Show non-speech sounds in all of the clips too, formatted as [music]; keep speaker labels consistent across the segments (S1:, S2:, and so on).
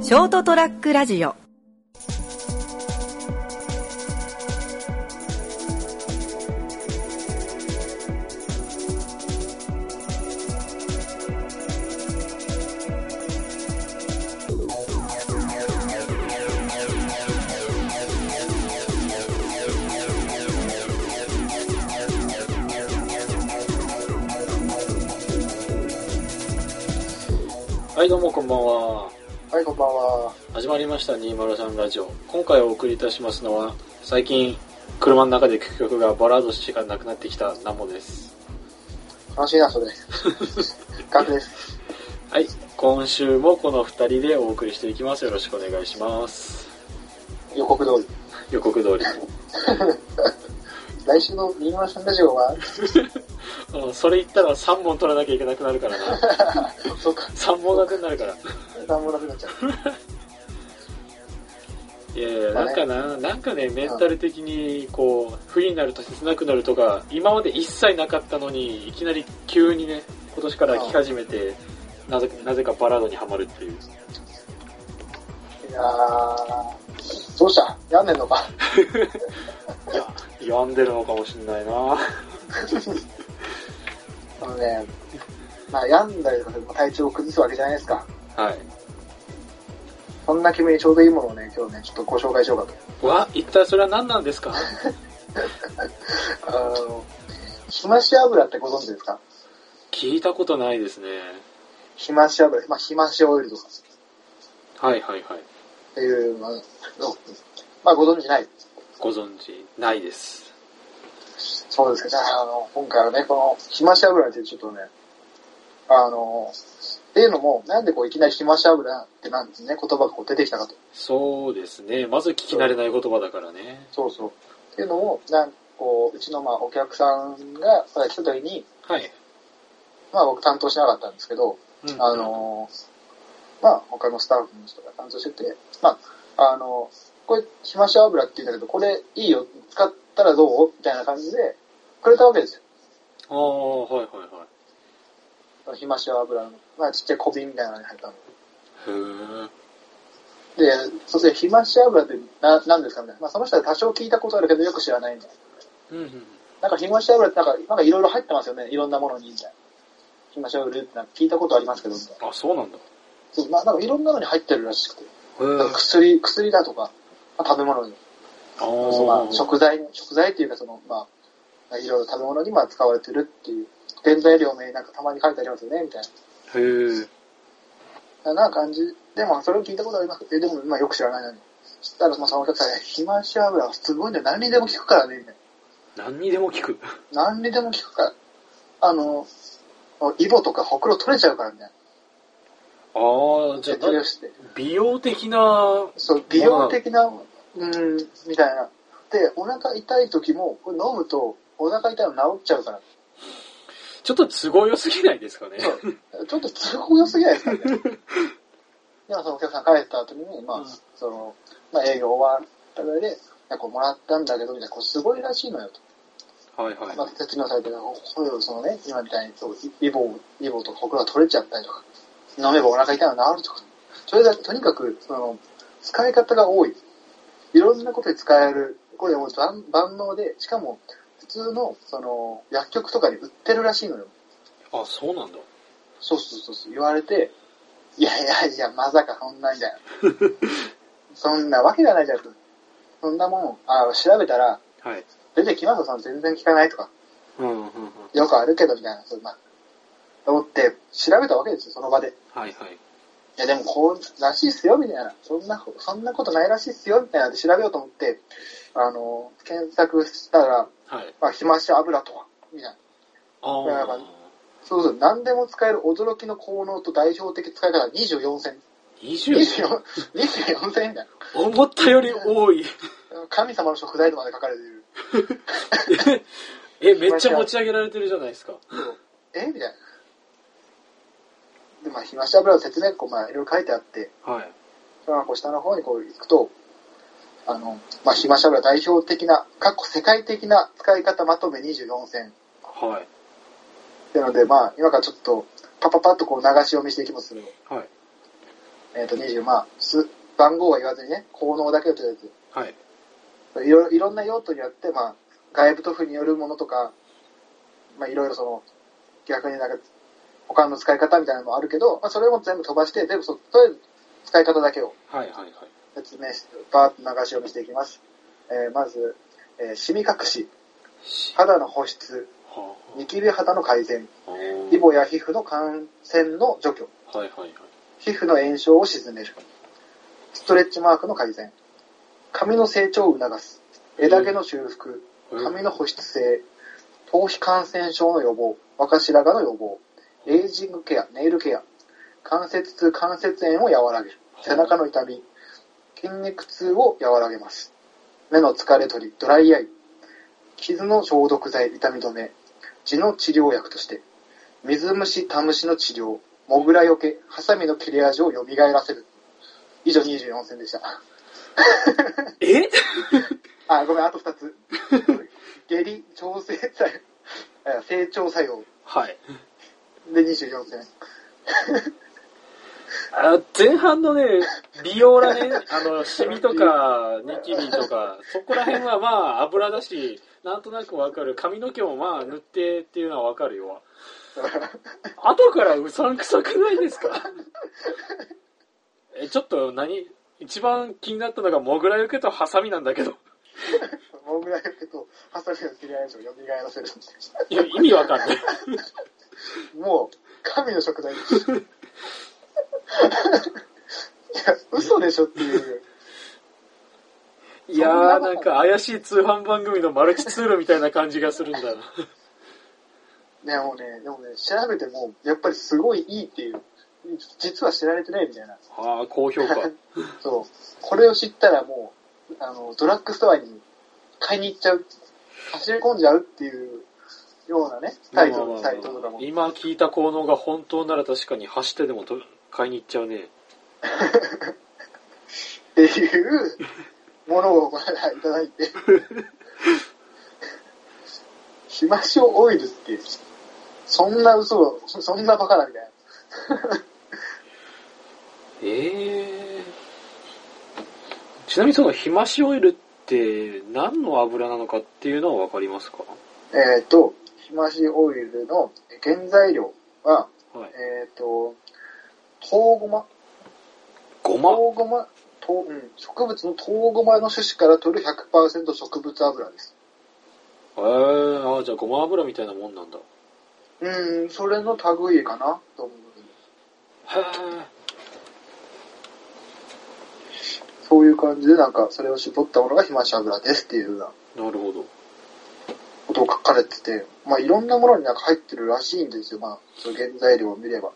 S1: ショートトラックラジオ
S2: はいどうもこんばんは
S3: はい、こんばんは。
S2: 始まりました203ラジオ今回お送りいたしますのは最近車の中で聴く曲がバラードしかなくなってきたナモです
S3: 楽しいな、それ。 [laughs] 楽です。
S2: はい今週もこの2人でお送りしていきますよろしくお願いします
S3: 予告通り。
S2: 予告通り
S3: 来週のミニマルさんラジオは、 [laughs]
S2: うんそれ言ったら3本取らなきゃいけなくなるからな
S3: そうか、
S2: 3本立てになるから
S3: なんもなくなっちゃう。
S2: いやいやなんかななんかねメンタル的にこう不利になると切なくなるとか今まで一切なかったのにいきなり急にね今年から聴き始めてなぜなぜかバラードにはまるっていう
S3: いやー、どうしたやんねんのか。
S2: いや、病んでるのかもしんないな
S3: あのね、まあ、病んだりとかでも体調を崩すわけじゃないですか。
S2: はい。
S3: そんな君にちょうどいいものをね、今日ね、ちょっとご紹介しようか
S2: うわ、一体それは何なんですか
S3: と。あの、ひまし油ってご存知ですか
S2: 聞いたことないですね。
S3: ひまし油、まあ、ひましオイルとか
S2: はいはいはい。
S3: っていう、まあ、のまあ、ご存知ない。
S2: ご存知ないです。
S3: そうですか。じゃあ、あの、今回はね、この、ひまし油ってちょっとね、あの、っていうのも、なんでこう、いきなりひまし油ってなんですね、言葉がこう出てきたかと。
S2: そうですね。まず聞き慣れない言葉だからね。
S3: そうそう。っていうのを、なんこう、うちのまあ、お客さんが、まだ来た時に、
S2: はい。
S3: まあ、僕担当しなかったんですけど、
S2: うん
S3: あ、の、まあ、他のスタッフの人が担当してて、まあ、あの、これ、ひまし油って言うんだけど、これいいよ、使ったらどうみたいな感じで、くれたわけですよ。
S2: ああ、はいは
S3: ひまし油の、まあ、ちっちゃい小瓶みたいなのに入ったの。
S2: いはい。へえ。
S3: で、そしてひまし油ってななんですかね。まあ、その人は多少聞いたことあるけどよく知らないんで。
S2: うんうん。
S3: なんかひまし油ってなんか、なんかいろいろ入ってますよね。いろんなものに、みたいな。ひまし油ってなんか聞いたことありますけど、みたいな。
S2: あ、そうなんだ。へ
S3: そう、まあ、なんかいろんなのに入ってるらしくて。
S2: え
S3: なんか薬、薬だとか、まあ、食べ物に、
S2: あ
S3: そうまあ、
S2: ー
S3: 食材に、食材っていうかその、まあ、いろいろ食べ物にまあ使われてるっていう。原材料名なんかたまに書いてありますよね、みたいな。
S2: へえ。
S3: な感じ。でも、それを聞いたことあります。え、でも、まあ、よく知らないのに。そしたら、そのお客さんが、肥満し油はすごいんだよ。何にでも効くからね、みたい
S2: 何にでも聞く。
S3: な。何にでも効くから。あの、イボとかほくろ取れちゃうからね。
S2: [laughs] ああ、じゃ
S3: 説明
S2: あ、
S3: して。
S2: 美容的な、
S3: そう、美容的な、うん、みたいな。で、お腹痛い時も、これ飲むと、お腹痛いの治っちゃうから。
S2: ちょっと都合良すぎないですかね。
S3: そう。ちょっと都合良すぎないですかね。でもそのお客さん帰った後に、まあ、
S2: うん
S3: その、まあ営業終わったぐらいで、なんかもらったんだけど、みたいな、これすごいらしいのよと。
S2: はいはい
S3: まあ、。説明されてる、こうそのね、今みたいに、そう、イボ、イボとかほくろが取れちゃったりとか、飲めばお腹痛いの治るとか。それだとにかく、その、使い方が多い。いろんなことで使える。これもう万万能で、しかも、普通の、その、薬局とかに売ってるらしいのよ。
S2: あ、そうなんだ。
S3: そうそうそうそう、言われて、いやいやいや、まさかそんなみたいな。そんなわけがないじゃん。そんなもん、あ調べたら、
S2: はい。
S3: 出てきますよ、その全然聞かないとか。
S2: うんうんうん。
S3: よくあるけど、みたいな。そうまあ、思って、調べたわけですよ、その場で。
S2: はいはい。
S3: いや、でも、こう、らしいっすよ、みたいな。そんな、そんなことないらしいっすよ、みたいなので調べようと思って、あの、検索したら、
S2: はい。
S3: まあ、ひまし油とは、みたいな。
S2: あ
S3: だか
S2: あ
S3: ら。そうそう、何でも使える驚きの効能と代表的使い方が24選。 [laughs]
S2: 20?
S3: 24 24選みたい
S2: 思ったより多い。
S3: な。神様の食材とまで書かれてる。
S2: え、めっちゃ持ち上げられてるじゃないですか。
S3: えみたいな。で、まあ、ひまし油の説明、こう、まあ、いろいろ書いてあって、
S2: はい。
S3: そのこう下の方にこう行くと、あの、まあ、ひまし油代表的な、過去世界的な使い方まとめ24選。
S2: はい。
S3: っていうので、まあ、今からちょっと、パパパッとこう流し読みしていきますけど、
S2: はい。
S3: えっ、と、20、まあ、す番号は言わずにね、効能だけをとりあえず
S2: はい。
S3: いろいろんな用途によって、まあ、外部塗布によるものとか、まあ、いろいろその、逆になんか、他の使い方みたいなのもあるけど、まあ、それも全部飛ばして、全部そ、とりあえず使い方だけを
S2: はいはいはい。
S3: 説明して、バーッと流し読みしていきます。えーまず、えーシミ隠し、
S2: しは
S3: 肌の保湿、
S2: あ
S3: ニキビ肌の改善、
S2: あ
S3: イボや皮膚の感染の除去、
S2: はいはいはい。
S3: 皮膚の炎症を鎮める、ストレッチマークの改善、髪の成長を促す、枝毛の修復、髪の保湿性、頭皮感染症の予防、若白髪の予防、エイジングケア、ネイルケア、関節痛、関節炎を和らげる、背中の痛み、筋肉痛を和らげます。目の疲れ取り、ドライアイ、傷の消毒剤、痛み止め、痔の治療薬として、水虫、タムシの治療、モグラよけ、ハサミの切れ味を蘇らせる。以上24選でした。
S2: え [laughs]
S3: あ、ごめん、あと2つ。 [laughs] 下痢、調整作用、あ成長作用
S2: はい。
S3: で24選。
S2: あ前半のね、美容らへん、あの、シミとか、ニキビとか、そこら辺はまあ、油だし、なんとなくわかる。髪の毛もまあ、塗ってっていうのはわかるよ。後からうさんくさくないですかえ、ちょっと何、一番気になったのが、モグラよけとハサミなんだけど。
S3: モグラよけとハサミの切れ味を蘇らせる。
S2: いや、意味わかんない。
S3: もう、神の食材です。い [laughs] や、嘘でしょっていう。
S2: いやー、なんか怪しい通販番組のマルチツールみたいな感じがするんだな。
S3: ね、もうね、でもね、調べても、やっぱりすごいいいっていう。実は知られてないみたいな。
S2: ああ、高評価。
S3: そう。これを知ったらもう、あの、ドラッグストアに買いに行っちゃう、走り込んじゃうっていうようなね、タイトル、サイトとかも。
S2: 今聞いた効能が本当なら確かに走ってでもと買いに行っちゃうね。
S3: っていうものをまだいただいて。 [laughs] ひましょオイルって、そんな嘘を、そそんなバカだみたいな。
S2: ええちなみにそのひましオイルって何の油なのかっていうのはわかりますか
S3: えっ、と、ひましオイルの原材料は、
S2: はい。
S3: えっ、と、トウゴマ
S2: ごま。
S3: トウゴマ、とうん、植物のトウゴマの種子から取る100%植物油です。
S2: えー、ああ、じゃあごま油みたいなもんなんだ。
S3: うん、それの類かなと思う。
S2: へ
S3: そういう感じで、なんか、それを絞ったものがひまし油ですっていうような
S2: え、なるほど。
S3: ことを書かれてて、まあ、いろんなものになんか入ってるらしいんですよ。まあ、その原材料を見れば。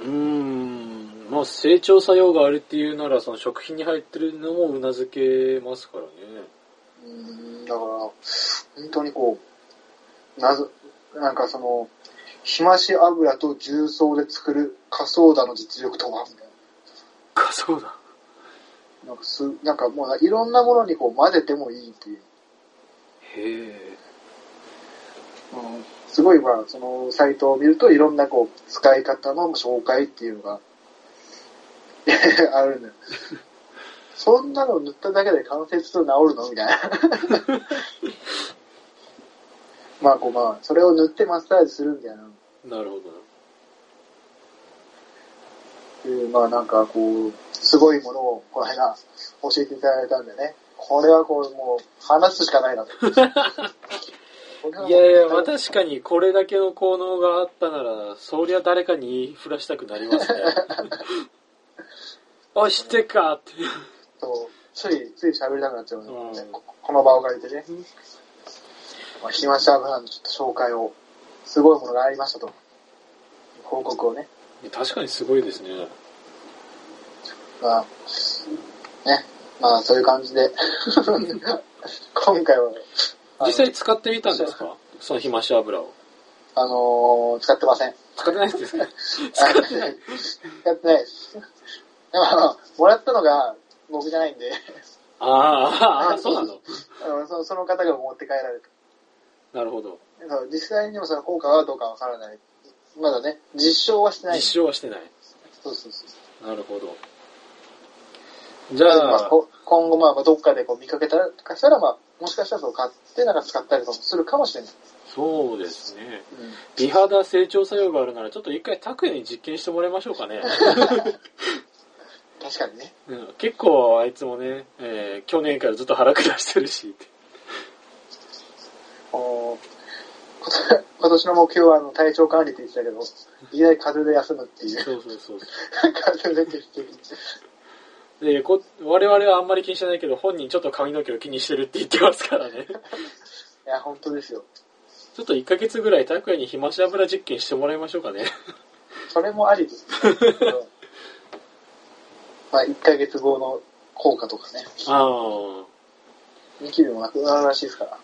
S2: うーん、まあ成長作用があるっていうなら、その食品に入ってるのもうなずけますからね。
S3: うん、だから、本当にこう、なぜ、なんかその、ひまし油と重曹で作る仮想だの実力とは、みたい
S2: か、そうだ。
S3: な。なんかす、なんかもう、いろんなものにこう混ぜてもいいっていう。
S2: へえ。
S3: うんすごい、まあ、その、サイトを見ると、いろんな、こう、使い方の紹介っていうのが、 [laughs] あるんだよ。そんなの塗っただけで関節痛治るのみたいな。まあ、こう、まあ、それを塗ってマッサージするみたいな。
S2: なるほどな。
S3: いうまあ、なんか、こう、すごいものを、この間、教えていただいたんでね。これは、こう、もう、話すしかないなと。
S2: いやいや、まあ、確かにこれだけの効能があったなら、そりゃ誰かに言いふらしたくなりますね。 [laughs] 押してかって。
S3: そう、つい、つい喋りたくなっちゃうので、
S2: うん
S3: ここの場を借りてね。まあ、暇した油のちょっと紹介を、すごいものがありましたと。報告をね。
S2: 確かにすごいですね。
S3: まあ、ね。まあ、そういう感じで。 [laughs] 今回は、あの
S2: 実際使ってみたんですかそのひまし油を。
S3: あのー使ってません。
S2: 使ってないです [laughs] か
S3: 使
S2: 使
S3: っ
S2: ってて
S3: な
S2: ないい。
S3: やってないです。でも、あの、もらったのが僕じゃないんで、 [laughs]
S2: ああ、ああ、そうなの。
S3: あのそその方が持って帰られた。
S2: なるほど。
S3: そう実際にもその効果はどうかわからない。まだね、実証はしてない。
S2: 実証はしてない。
S3: そうそうそう。
S2: なるほど。じゃ
S3: まあ
S2: あ、
S3: こ今後まあどっかでこう見かけたらとかしたら、まあ、もしかしたらそう買ってなんか使ったりとかもするかもしれない。
S2: そうですね。
S3: うん
S2: 美肌成長作用があるなら、ちょっと一回拓也に実験してもらいましょうか [laughs] ね。
S3: 確かにね。
S2: うん結構あいつもね、えー去年からずっと腹下してるし。
S3: おーこと [laughs] 今年の目標はあの体調管理って言ってたけど、いきなり風邪で休むっていう。 [laughs]
S2: そうそうそうそ
S3: 風邪で欠席。
S2: う。でこ、我々はあんまり気にしてないけど、本人ちょっと髪の毛を気にしてるって言ってますからね。
S3: いや、本当ですよ。
S2: ちょっと1ヶ月ぐらい拓也に暇し油実験してもらいましょうかね。
S3: それもありです。まあ、1ヶ月後の効果とかね。
S2: ああ。
S3: ニキビもなくなるらしいですから。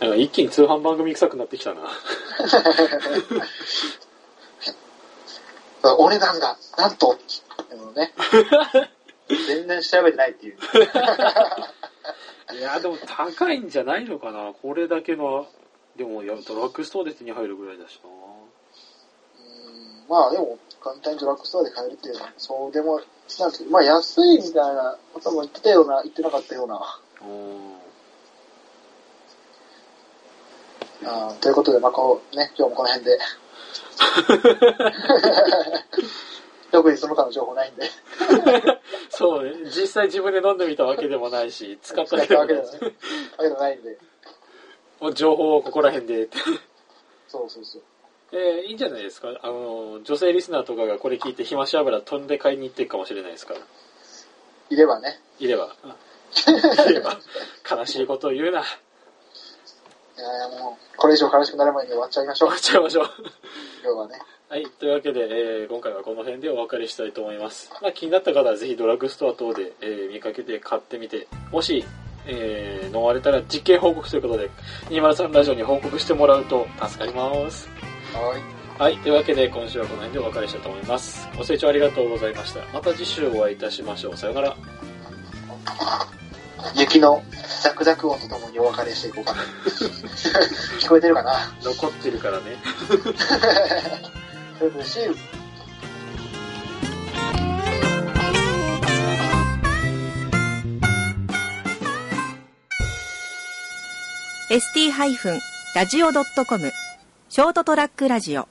S2: なんか一気に通販番組臭くなってきたな。
S3: お値段が、なんと、あのね、全然調べてないっていう。
S2: いや、でも高いんじゃないのかな。これだけの、でも、いや、ドラッグストアで手に入るぐらいだし
S3: うんまあでも、簡単にドラッグストアで買えるっていうのは、そうでも、なんですけど、まあ安いみたいなことも言ってたような、言ってなかったような。
S2: な。うん。
S3: あーということで、まあこう、ね、今日もこの辺で。特にその他の情報ないんで。
S2: そうね。実際自分で飲んでみたわけでもないし、使った
S3: 使ったわけで
S2: も
S3: もない。わけでもないんで。
S2: もう情報をここら辺で。
S3: そうそうそう。
S2: えーいいんじゃないですか。あの、女性リスナーとかがこれ聞いて、ひまし油飛んで買いに行ってるかもしれないですから。
S3: いればね。
S2: いれ [laughs] ば。いれば。悲しいことを言うな。
S3: いやいやもう、これ以上悲しくなる前に終わっちゃいましょう
S2: 終わ。っちゃいましょう。
S3: 今日はね。
S2: はい、というわけで、えー今回はこの辺でお別れしたいと思います。まあ、気になった方はぜひドラッグストア等で、えー見かけて買ってみて、もし、えー飲まれたら実験報告ということで、203ラジオに報告してもらうと助かります。は
S3: はい。
S2: い、というわけで今週はこの辺でお別れしたいと思います。ご清聴ありがとうございました。また次週お会いいたしましょう。さようなら。
S3: 雪のザクザク音とともにお別れしていこうかな。聞こえてるかな
S2: 残ってるからね。
S3: ということで、See you!
S1: ST-radio.com ショートトラックラジオ